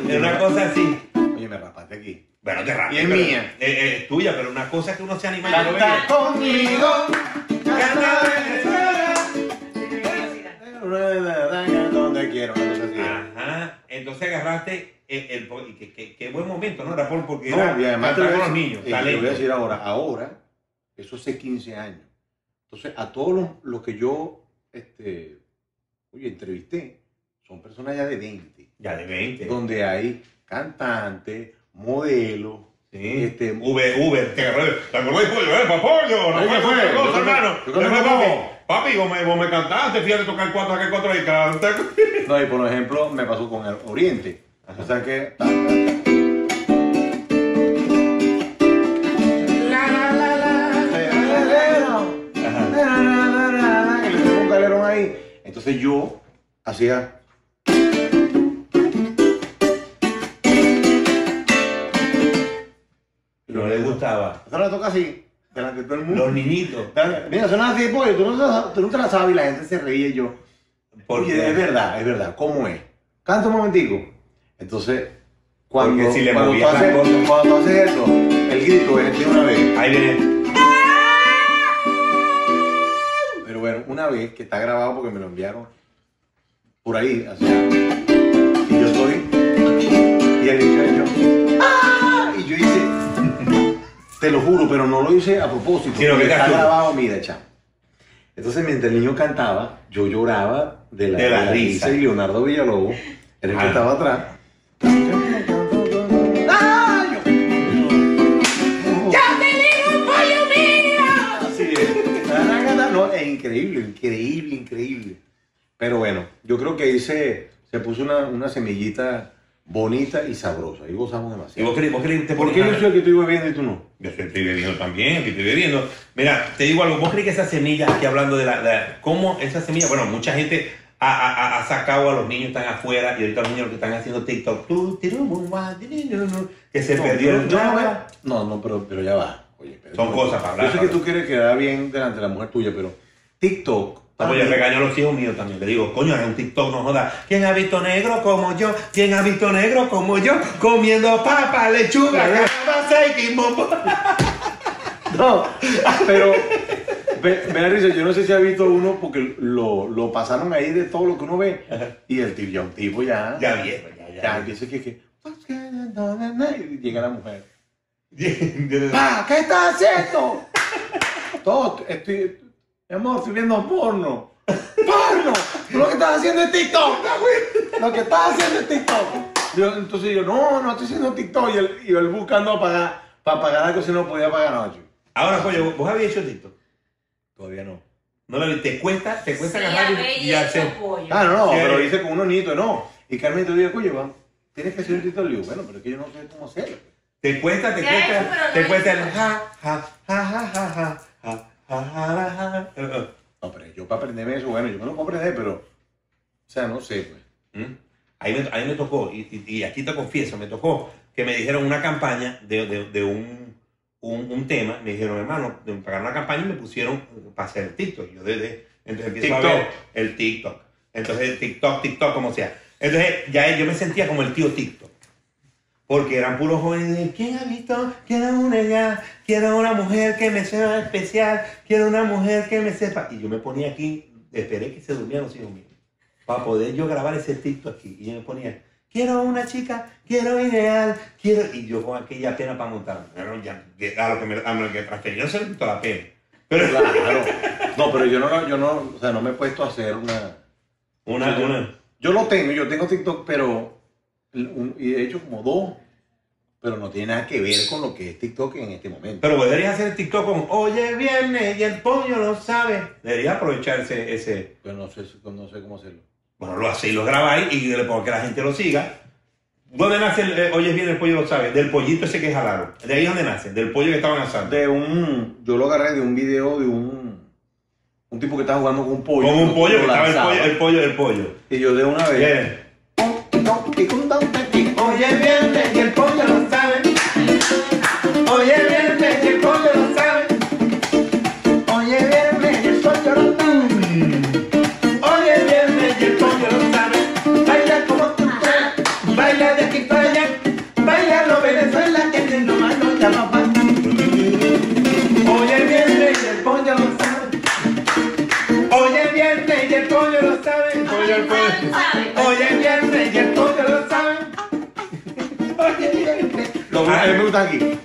S4: era una cosa así.
S5: Oye, me rapaste aquí.
S4: Bueno, te
S5: Y es
S4: pero-
S5: mía.
S4: Eh, eh, es tuya, pero una cosa que uno se anima y yo lo
S5: Canta
S4: veía.
S5: conmigo. Canta
S4: Canta
S5: Venezuela.
S4: Venezuela.
S5: Donde quiera era una cosa así.
S4: Ajá. Entonces agarraste el, el po- y que- que- qué buen momento, ¿no? Rapol, porque
S5: No,
S4: era
S5: y además te
S4: cantar
S5: voy a
S4: con los
S5: decir-
S4: niños,
S5: eh, te
S4: talento.
S5: voy a decir ahora, ahora, eso hace 15 años. Entonces, a todos los, los que yo este, oye, entrevisté, son personas ya de 20,
S4: Ya de 20.
S5: donde hay cantantes, modelos, este,
S4: Uber, Uber, te agarré. ¿Te acordás de pollo? Eh, papollo, no
S5: Oye,
S4: fue
S5: fue,
S4: otra
S5: yo
S4: cosa,
S5: no me-
S4: hermano.
S5: yo no
S4: Yo
S5: me
S4: fue,
S5: como.
S4: papi, papi, vos me, vos me cantaste, fíjate tocar cuatro, saqué cuatro y cantar.
S5: No, y por ejemplo, me pasó con el Oriente. O sea que. Que le pegó un galerón ahí. Entonces yo hacía. Y
S4: No le gustaba.
S5: Eso la toca así, delante de todo el
S4: Los
S5: mundo.
S4: niñitos.
S5: Mira, sonaba así, pollo, tú no, tú no te la sabes y la gente se reía y yo.
S4: Porque,
S5: Oye, es verdad, es verdad. ¿Cómo es? Canta un momentico. Entonces, cuando,
S4: Porque si le
S5: cuando, tú
S4: movías la
S5: haces,
S4: cosa.
S5: cuando tú haces eso, el grito es de una vez.
S4: Ahí viene.
S5: Pero bueno, una vez que está grabado porque me lo enviaron por ahí, así. Y yo estoy. Y el niño yo. ¡Ah! Y yo hice. Te lo juro, pero no lo hice a propósito.
S4: Sino que
S5: porque
S4: te
S5: está
S4: ayuda.
S5: grabado, mira, chamo. Entonces, mientras el niño cantaba, yo lloraba de la,
S4: De la risa.
S5: Y Leonardo Villalobos, era el que
S4: Ah.
S5: estaba atrás. ¡Ah! Yo- Así es. No, es increíble, increíble, increíble. Pero bueno, yo creo que ahí se, se puso una, una semillita bonita y sabrosa. Ahí gozamos
S4: ¿Y vos
S5: demasiado.
S4: crees, vos crees que te
S5: ¿Por
S4: pones
S5: qué
S4: a-
S5: yo soy el que estoy bebiendo y tú no?
S4: Yo soy- estoy bebiendo también, que estoy bebiendo. Mira, te digo algo, ¿vos crees que esas semillas, aquí hablando de la, de la- cómo esas semillas, bueno, mucha gente ha, ha- ha- ha sacado a los niños están afuera y ahorita los niños lo que están haciendo TikTok, tú, tiru, mu, gua, tiri, nu, nu, que se
S5: No,
S4: perdió
S5: pero-
S4: el
S5: no, eh. no, no, no, pero, pero ya va. Oye, espérate.
S4: Son cosas para hablar,
S5: Yo sé que
S4: Pablo.
S5: tú quieres quedar bien delante de la mujer tuya, pero TikTok. para
S4: Oye,
S5: mí-
S4: regaño Ah, a los hijos míos también. Le digo, coño, es un TikTok, no jodas. ¿Quién ha visto negro como yo? ¿Quién ha visto negro como yo? Comiendo papa, lechuga, calabaza y quimbo.
S5: No, pero ve- me da risa, yo no sé si has visto uno porque lo, lo pasaron ahí de todo lo que uno ve y el tipo, ya un tipo ya,
S4: (laughs) Ya viejo, ya,
S5: ya
S4: ya.
S5: empieza que, "Pues que y llega la mujer.
S4: (laughs) ya.
S5: ¡Pa! ¿Qué estás haciendo? Todo, estoy, mi amor, estoy viendo porno. ¡Porno! Tú Lo que estás haciendo es TikTok, ¿no, güey? Lo que estás haciendo es TikTok. Yo- entonces yo, no, no estoy haciendo TikTok. Y él, y él buscando apagar, para pagar algo si no podía pagar anoche.
S4: Ahora, coño, ¿vos habías hecho TikTok?
S5: Todavía no.
S4: No lo te cuesta, te cuesta
S6: Sí,
S4: agarrar
S6: a ver,
S4: y,
S6: y
S4: y
S6: hecho
S4: hacer.
S6: pollo.
S5: Ah, no, no,
S4: Sí.
S5: pero hice con unos niños, no. Y Carmen te dijo, oye, va, tienes que hacer un TikTok. Le digo, bueno, pero es que yo no sé cómo hacerlo.
S4: Te cuesta, te
S6: Se ha
S4: cuesta,
S6: hecho, pero no
S4: te
S6: lo
S4: cuesta el
S6: hice.
S4: ja, ja, ja, ja, ja, ja, ja, ja, ja, ja, ja.
S5: No, pero yo para aprenderme eso, bueno, yo me lo puedo aprender, pero, o sea, no sé, pues.
S4: ¿Mm? Ahí me, ahí me tocó, y, y- y aquí te confieso, me tocó que me dijeron una campaña de, de- de un, un, un tema, me dijeron, hermano, de pagar una campaña y me pusieron para hacer el TikTok. Yo desde, entonces empiezo a ver
S5: TikTok.
S4: el TikTok. Entonces, TikTok, TikTok, como sea. Entonces, ya yo me sentía como el tío TikTok. Porque eran puros jóvenes de, ¿quién ha visto? Quiero una ya, quiero una mujer que me sea especial, quiero una mujer que me sepa. Y yo me ponía aquí, esperé que se durmieran los hijos míos, para poder yo grabar ese TikTok aquí. Y yo me ponía, quiero una chica, quiero ideal, quiero... Y yo con aquella pena para montar. Bueno, ya, ya, a lo que me a lo que transferí, no se le quitó la pena. Pero
S5: Claro. No, pero yo no, yo no, o sea, no me he puesto a hacer una.
S4: una, una...
S5: Yo lo tengo, yo tengo TikTok, pero un- y he hecho como dos, pero no tiene nada que ver con lo que es TikTok en este momento.
S4: Pero vos deberías hacer el TikTok con, oye, viene y el pollo lo sabe. Deberías aprovechar ese... ese
S5: Pero no sé, si- no sé cómo hacerlo.
S4: Bueno, lo hacéis, lo grabáis y le pongo que la gente lo siga. ¿Dónde nace el, eh, oyes bien el pollo, lo sabes? Del pollito ese que jalaron. De ahí donde nace, del pollo que estaban asando.
S5: De un, yo lo agarré de un video de un, un tipo que estaba jugando con un pollo.
S4: Con un
S5: Lo-
S4: pollo que
S5: lo
S4: estaba el
S5: lanzaba.
S4: pollo, el pollo, el pollo.
S5: Y yo de una vez.
S4: Bien.
S5: Oye,
S4: viene y el pollo lo sabe. Oye, viene y el pollo lo sabe.
S5: oye, viernes, el sol llorando.
S4: Oye, viene y el pollo lo sabe. Baila como tú quieras, baila de aquí para allá. Baila lo Venezuela que te nomás no te papá. Oye, viene y el pollo lo sabe. Oye, viene y el pollo lo sabe.
S6: Oye, el pollo lo sabe.
S4: Oye,
S1: Doble- a mí me gusta aquí.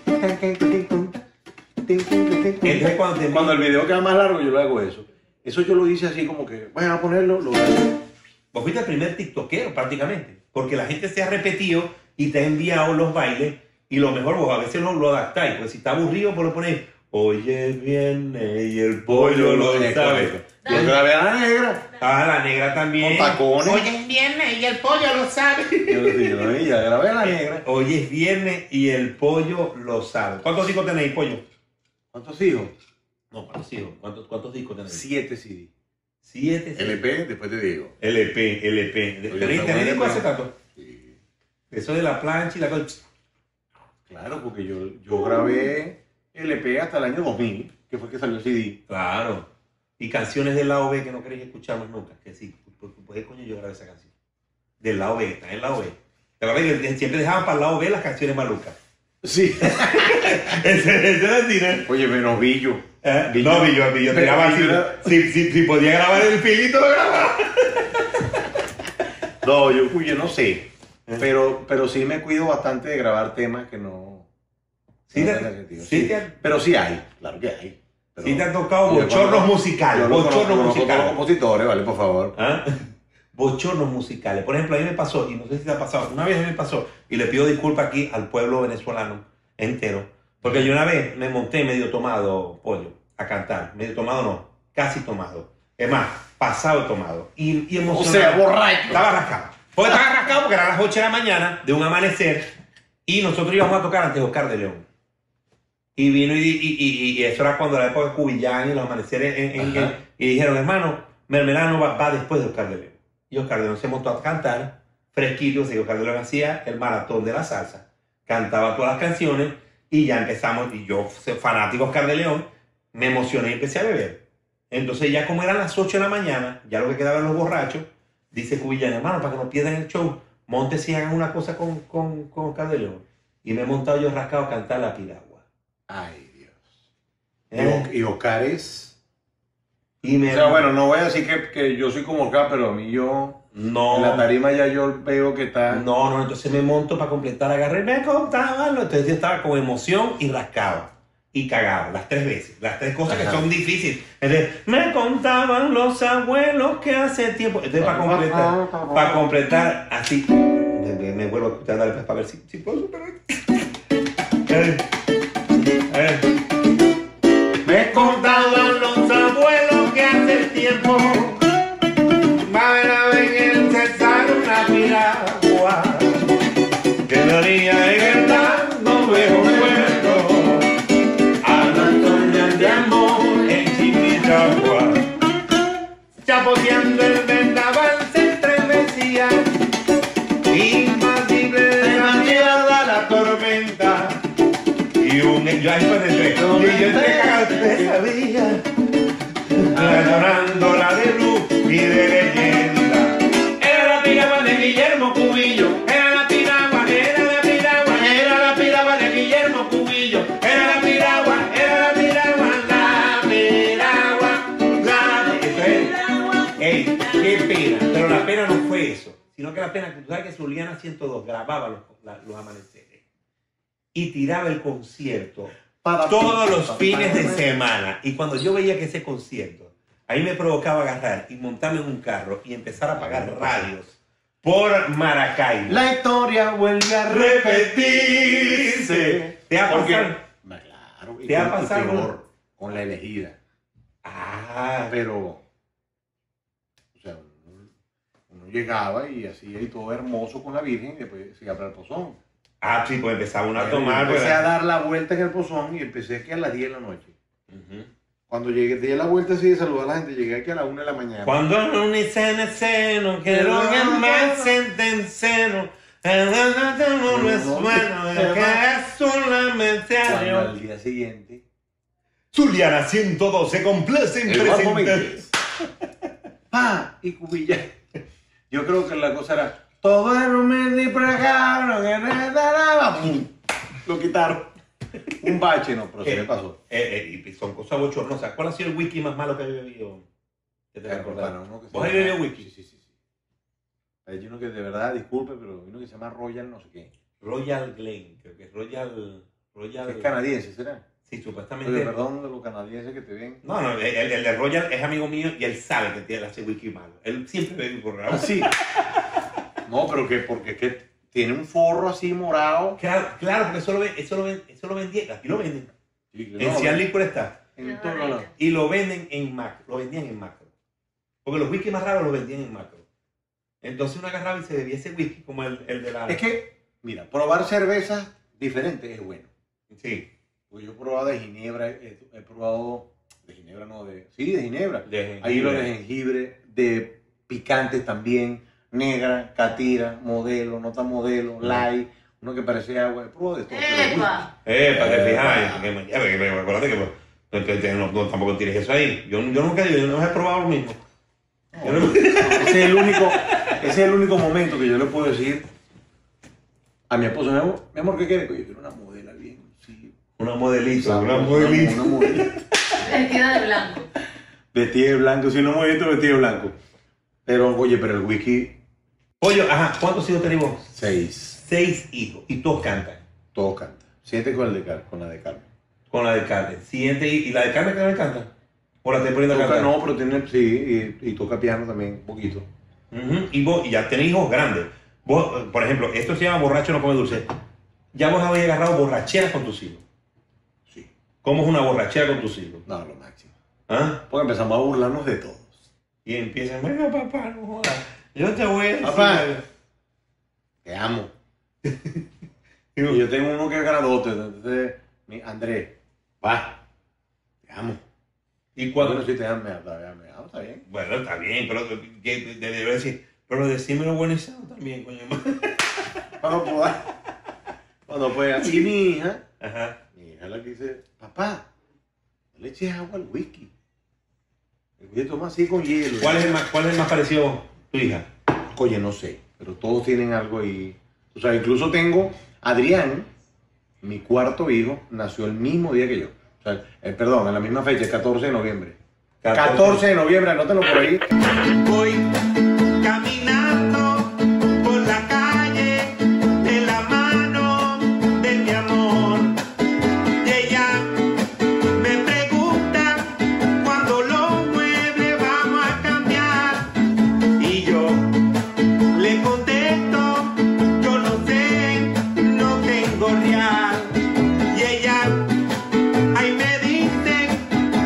S4: Entonces, cuando termina-
S1: Cuando el video queda más largo, yo le hago eso. Eso yo lo hice así como que, bueno, a ponerlo, lo
S4: Vos fuiste el primer tiktokero prácticamente, porque la gente se ha repetido y te ha enviado los bailes y lo mejor vos a veces lo, lo adaptáis, pues si está aburrido vos lo ponéis, oye viene y el pollo lo
S1: Oye,
S4: sabe.
S1: correcto. Yo grabé a la negra.
S4: Ah, la negra también.
S1: Con tacones.
S2: Hoy es viernes y el pollo lo sabe.
S1: Yo decía, "No, ya grabé a la negra.
S4: Hoy es viernes y el pollo lo sabe. ¿Cuántos hijos tenéis, pollo?
S1: ¿Cuántos hijos?
S4: No, ¿cuántos hijos? ¿Cuántos, cuántos discos tenéis?
S1: Siete CD.
S4: Siete. sí.
S1: LP, después te digo.
S4: LP, LP.
S1: E Oye,
S4: ¿Tenéis
S1: está
S4: tenéis
S1: bueno,
S4: discos hace
S1: pero-
S4: tanto?
S1: Sí.
S4: Eso de la plancha y la cosa.
S1: Claro, porque yo, yo grabé LP hasta el año 2000, que fue que salió el CD.
S4: Claro. Y canciones del lado B que no queréis escuchar más nunca. Que sí, porque pues coño yo grabé esa canción. Del lado B, está en el lado B. ¿Te acuerdas que de- siempre dejaban para el lado B las canciones malucas? (laughs)
S1: Sí.
S4: Ese ese era el cine.
S1: Oye, menos Villo.
S4: ¿Eh?
S1: Villo.
S4: No, Villo, Villo tiraba así.
S1: Villo
S4: Si, si, si podía grabar el pilito, lo grababa.
S1: No, yo, uy, yo no sé.
S4: Eh.
S1: Pero, pero sí me cuido bastante de grabar temas que no.
S4: Sí,
S1: no
S4: te-
S1: tengan sentido.
S4: sí te han-
S1: Pero sí hay, claro que hay. Pero-
S4: Sí te han tocado
S1: Yo
S4: bochornos
S1: conozco-
S4: musicales,
S1: yo lo
S4: bochornos
S1: conozco, conozco
S4: musicales.
S1: todos los compositores, vale, por favor.
S4: ¿Ah? (laughs) Bochornos musicales. Por ejemplo, a mí me pasó, y no sé si te ha pasado, una vez a mí me pasó, y le pido disculpas aquí al pueblo venezolano entero, porque yo una vez me monté medio tomado, pollo, a cantar. Medio tomado no, casi tomado. Es más, pasado tomado. Y, y
S1: O
S4: emocionado.
S1: sea, borracho.
S4: Estaba rascado. Porque estaba rascado porque eran las 8 de la mañana de un amanecer y nosotros íbamos a tocar antes de Oscar de León. Y vino y, y- y- y eso era cuando la época de Cubillán y los amaneceres en, en-
S1: Ajá.
S4: y dijeron, hermano, Mermelano va, va después de Oscar de León. Y Oscar de León se montó a cantar, fresquito, así que Oscar de León hacía el maratón de la salsa. Cantaba todas las canciones y ya empezamos, y yo, fanático de Oscar de León, me emocioné y empecé a beber. Entonces ya como eran las 8 de la mañana, ya lo que quedaban los borrachos, dice Cubillán, hermano, para que no pierdan el show, monte si hagan una cosa con, con, con Oscar de León. Y me he montado yo rascado a cantar la piragua.
S1: Ay, Dios.
S4: ¿Eh?
S1: Y Oscar es.
S4: Y
S1: O
S4: me
S1: sea, bueno, no voy a decir que, que yo soy como Oscar, pero a mí yo.
S4: no,
S1: En la tarima ya yo veo que está.
S4: no, no, entonces me monto para completar, agarré, me contaban, entonces yo estaba con emoción y rascado. Y cagado, las tres veces, las tres cosas que
S1: Ajá.
S4: son difíciles. Entonces, me contaban los abuelos que hace tiempo. Entonces, para completar, para completar, así, me, me- me vuelvo a escuchar, dale, pues, para ver si, si puedo superar. (laughs) Eh, eh.
S1: Me
S2: Contaban los abuelos que hace tiempo. Mamá en el cesar una piragua.
S4: Que la niña en el tango viejo puerto Hablando ya de amor en Chiquitagua
S2: Chapoteando el vendaval se estremecía. Impasible de la
S4: Llegada la tormenta Y un... Yo ahí fue de tres Y yo entré cagado de sabía Adorando la de luz y de leyenda
S2: Era la piragua de Guillermo Cubillo. Era la piragua, era la piragua, era la piragua de Guillermo Cubillo. Era la piragua, era la piragua, la piragua, la
S4: Entonces, ey, qué pena. Pero la pena no fue eso, sino que la pena, que tú sabes que Zuliana 102 grababa los, la- los amaneceres y tiraba el concierto todos los fines de semana. Y cuando yo veía que ese concierto, ahí me provocaba agarrar y montarme en un carro y empezar a pagar radios por Maracaibo.
S1: La historia vuelve a repetirse.
S4: ¿Te ha
S1: Porque-
S4: pasado?
S1: Claro,
S4: ¿Te ha
S1: con-
S4: pasado?
S1: peor, con la elegida.
S4: Ah,
S1: Pero, o sea, uno, uno llegaba y hacía y todo hermoso con la Virgen y después se abría el pozón.
S4: ah, sí, pues empezaba uno a
S1: Yo
S4: tomar.
S1: empecé a
S4: ¿verdad?
S1: dar la vuelta en el pozón y empecé aquí a las 10 de la noche.
S4: Ujú.
S1: Cuando llegué, di la vuelta así de saludar a la gente, llegué aquí a las 1 de la mañana.
S4: Cuando no ni se seno, quiero que me senten seno. El eh, no no es bueno, el que es solamente a
S1: Cuando
S4: Dios.
S1: al día siguiente,
S4: Zuliana 112 complace en
S1: el Guapo
S4: presentar.
S1: Miguel. Pa, y cubilla. Yo creo que la cosa era, todo el humilde y precario, que no es nada". ¡Pum! Lo quitaron. Un bache, no, pero se le pasó.
S4: Eh, eh, y son cosas bochornosas. ¿Cuál ha sido el whisky más malo que has bebido? ¿Qué te acordás?
S1: Para uno que se
S4: ¿Vos has
S1: llama-
S4: bebido whisky?
S1: Sí, sí, sí. sí. Hay uno que de verdad, disculpe, pero uno que se llama Royal no sé qué.
S4: Royal Glen, creo que es Royal. Royal
S5: Es canadiense, ¿será?
S4: Sí, supuestamente.
S5: Oye, perdón de los canadienses que te ven.
S4: No, no, el, el de Royal es amigo mío y él sabe que tiene la wiki malo. Él siempre ve mi programa.
S5: Así. Ah, No, pero que porque es que tiene un forro así morado.
S4: Claro, claro, porque eso lo, ven, eso lo, ven, eso lo vendían, aquí lo venden. En
S5: No,
S4: Cian Liquor está.
S5: en todos lados.
S4: Y lo venden en macro, lo vendían en macro. Porque los whisky más raros los vendían en macro. Entonces uno agarraba y se bebía ese whisky como el, el de la...
S5: Es que, mira, probar cervezas diferentes es bueno.
S4: Sí,
S5: Porque yo he probado de ginebra, he, he probado de ginebra, no de. Sí, de ginebra.
S4: de
S5: Hay
S4: jengibre.
S5: lo de jengibre, de picantes también, negra, catira, modelo, nota modelo, light, uno que parece agua, he probado de todo. pero
S6: ¡Epa!
S4: Eh, para que fijáis, que me- ya, porque me- acuérdate que pues, que- que no, no, tampoco tienes eso ahí. Yo, yo nunca yo no he probado lo mismo. Yo no-
S5: whisky. Ese es el único, ese es el único momento que yo le puedo decir a mi esposo, mi amor, mi amor, ¿qué quieres? Yo quiero una modela bien, sí.
S4: (laughs) una modelita,
S5: sabrosa,
S4: una modelita.
S5: Una modelita.
S6: Vestida de blanco.
S5: Vestida de blanco, si no modelito, vestido de blanco. Pero, oye, pero el whisky,
S4: Pollo, ajá, ¿cuántos hijos tenéis vos?
S5: seis,
S4: Seis hijos, y todos cantan.
S5: todos cantan. Siete con, el de, Car- con la de Carmen.
S4: Con la de Carmen. Siguiente, ¿y y la de Carmen también canta? ¿O la estoy poniendo a
S5: Toca,
S4: cantar?
S5: no, pero tiene, sí, y, y toca piano también, un poquito.
S4: Ujú, Y vos y ya tenés hijos grandes. Vos, eh, por ejemplo, esto se llama borracho no come dulce. Ya vos habéis agarrado borracheras con tus hijos.
S5: Sí.
S4: ¿Cómo es una borrachera con tus hijos?
S5: No, lo máximo.
S4: ¿Ah?
S5: Porque empezamos a burlarnos de todos.
S4: Y empiezan, bueno, papá, no jodas. Yo te voy a decir
S5: Papá.
S4: algo".
S5: Te amo. y yo tengo uno que es gradote, entonces, mi- Andrés, va, te amo.
S4: Y cuando.
S5: Cuando sí te amo, me amo, me amo, me amo, está bien.
S4: Bueno, está bien, pero que- que- de- debe decir, pero decímelo bueno y sano también, coño. madre".
S5: (laughs) Cuando pueda. Cuando pueda. Y mi hija,
S4: Ajá.
S5: mi hija es la que dice, papá, no le eches agua al whisky. El whisky toma así con hielo.
S4: ¿Cuál es el más, cuál es el más parecido a vos, tu hija?
S5: Oye, no sé, pero todos tienen algo ahí. O sea, incluso tengo Adrián, mi cuarto hijo, nació el mismo día que yo. O sea, eh, perdón, en la misma fecha, el 14 de noviembre. 14, de noviembre, anótalo por
S1: (laughs)
S5: ahí.
S2: Voy caminando por la calle de la mano de mi amor. Y ella me pregunta cuando los muebles vamos a cambiar. Y yo le contesto, yo no sé, no tengo real. Y ella Ay, me dicen,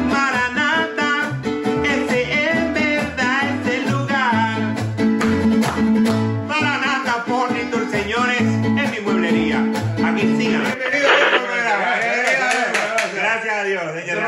S2: Maranata, ese es verdad ese lugar. Maranata, Pornitur, señores, es mi mueblería. Aquí sigan. Bienvenido Gracias a Dios, señores.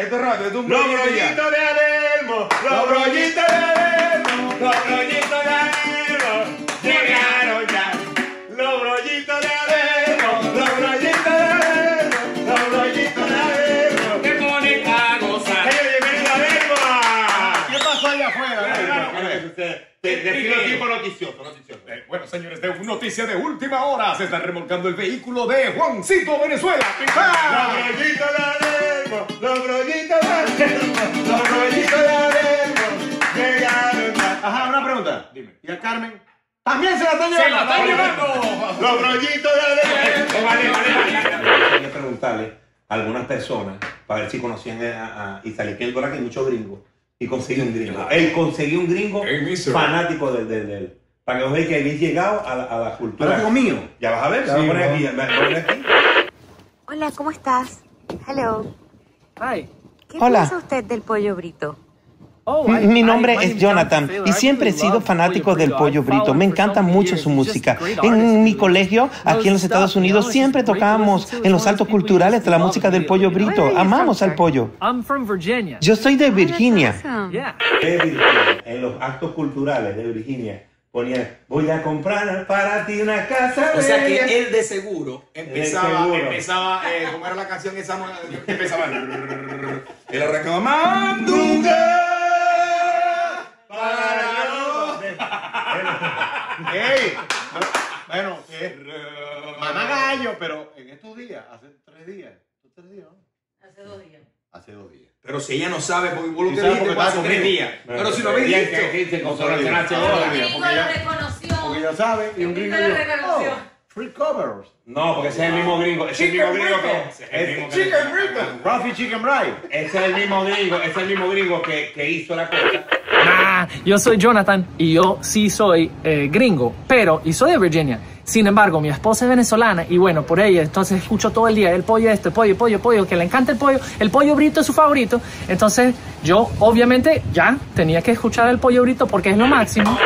S8: Esto es rápido, esto es un
S2: Los
S8: proyecto ya.
S2: brollitos de Adelmo, los brollitos de Adelmo, los brollitos de Adelmo, llegaron ya. Los brollitos de Adelmo, los brollitos de Adelmo, los brollitos de Adelmo. Te ponen a gozar. ¡Hey, bienvenido a Adelmo!
S5: ¿Qué pasó allá afuera?
S2: Te despido tipo noticioso, noticioso.
S1: Eh, Bueno, señores, de noticia de última hora. Se está remolcando el vehículo de Juancito Venezuela. ¡Ah!
S2: Los brollitos de Adelmo, los brollitos de Adelmo, los brollitos de Adelmo, llegaron ya.
S5: Ajá, una pregunta. Dime. ¿Y a Carmen? También se la están llevando.
S1: ¡Se la están llevando!
S2: Los brollitos de Adelmo. Eh, Vale, vale, vale.
S4: Quería preguntarle a algunas personas para ver si conocían a, a Isaliquel Dora, que hay muchos gringos. Y conseguí un gringo. Él consiguió un gringo
S1: Hey, mister.
S4: fanático del, del, del- Para que os veáis que habéis llegado a la, a la
S5: Pero
S4: cultura.
S5: digo mío.
S4: Ya vas a ver, se va a poner aquí, me- me pone aquí.
S9: Hola, ¿cómo estás? Hello.
S10: Hi.
S9: ¿Qué
S11: Hola.
S9: piensa usted del pollo brito?
S10: Oh, I-
S11: Mi
S10: I-
S11: nombre
S10: my name
S11: es Jonathan
S10: Jonathan
S11: y siempre he sido fanático del pollo brito. Me encanta mucho su música. En mi colegio, aquí en los Estados Unidos, siempre tocábamos en los saltos culturales de la música del pollo brito. Amamos al pollo.
S10: I'm from Virginia.
S11: Yo soy de Virginia.
S10: Yeah.
S4: de Virginia, en los actos culturales de Virginia, ponían, voy a comprar para ti una casa
S12: O sea que
S4: bella".
S12: él de seguro
S4: El
S12: empezaba,
S4: seguro.
S12: empezaba, eh, ¿cómo era la canción esa? que Empezaba. Él arrancaba Mandunga para los
S5: ¡Ey! Bueno, ¿qué? Mamá gallo, pero en estos días, hace tres días, hace tres días, ¿no?
S6: Hace dos días.
S5: Hace dos días.
S12: Pero si ella no sabe, porque vos lo que
S5: Sí sabe
S12: dijiste fue hace
S5: porque estaba
S12: tres
S5: conmigo.
S12: días. Pero si lo habéis
S5: Bien,
S12: visto.
S5: No se lo digo.
S6: Un
S5: Ahora,
S6: gringo
S5: porque
S6: lo
S5: ya-
S6: reconoció.
S5: Porque ya sabe, y un
S6: El
S5: gringo
S6: gringo lo
S5: yo,
S6: reconoció.
S5: "Oh,
S13: Free Covers.
S1: No, porque ese es el mismo gringo. Ese es el mismo gringo que. ese es el
S5: Eh,
S1: mismo que-
S13: Rippin. Rafi Chicken Bright.
S1: Ese es el mismo gringo, ese es el mismo gringo que, que hizo la cosa.
S11: Ah, yo soy Jonathan y yo sí soy eh, gringo, pero y soy de Virginia. Sin embargo, mi esposa es venezolana y bueno, por ella, entonces escucho todo el día el pollo este, pollo, pollo, pollo, que le encanta el pollo, el pollo brito es su favorito. Entonces yo obviamente ya tenía que escuchar el pollo brito porque es lo máximo.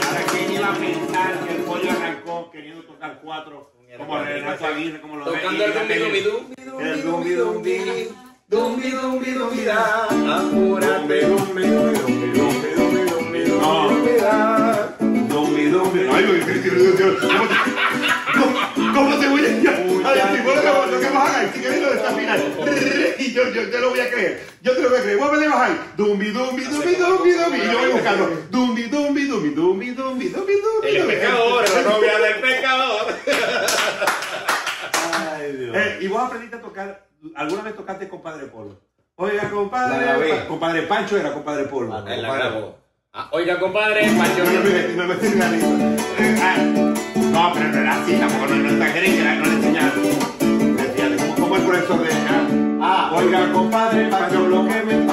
S1: Para que lleva a pensar que el pollo arrancó queriendo tocar cuatro, como Renato Aguirre, como los
S2: Tocando el dumbi, dumbi,
S1: El dumbi dumbi.
S2: Dumbi, dumbi, dumbi, da.
S13: Apúrate.
S2: ¿Cómo te voy a a lo que bajan ahí? Si quieres lo desafinar. Y yo, yo, yo lo voy a creer. Yo te lo voy a creer. Vuelve a bajar. Dumbi, dumbi, dumbi, dumbi, dumbi. Y yo voy buscando. Dumbi, dumbi, dumbi, dumbi, dumbi, dumbi, dumbi.
S1: El pecador, la novia del pecador.
S5: Eh, y vos aprendiste a tocar, alguna vez tocaste compadre Polo. Oiga,
S14: La grabé.
S5: compadre. Pa- compadre Pancho era compadre Polo.
S14: Ahí la
S5: Compadre-
S14: grabo.
S1: Ah, oiga, compadre, Pancho.
S5: Me metí en la lista.
S1: Ah, No, pero no era así, tampoco no, no está gringo, era- no le enseñaron.
S5: Fíjate, ¿Cómo, cómo el profesor de ah, Oiga, compadre Pancho, lo que me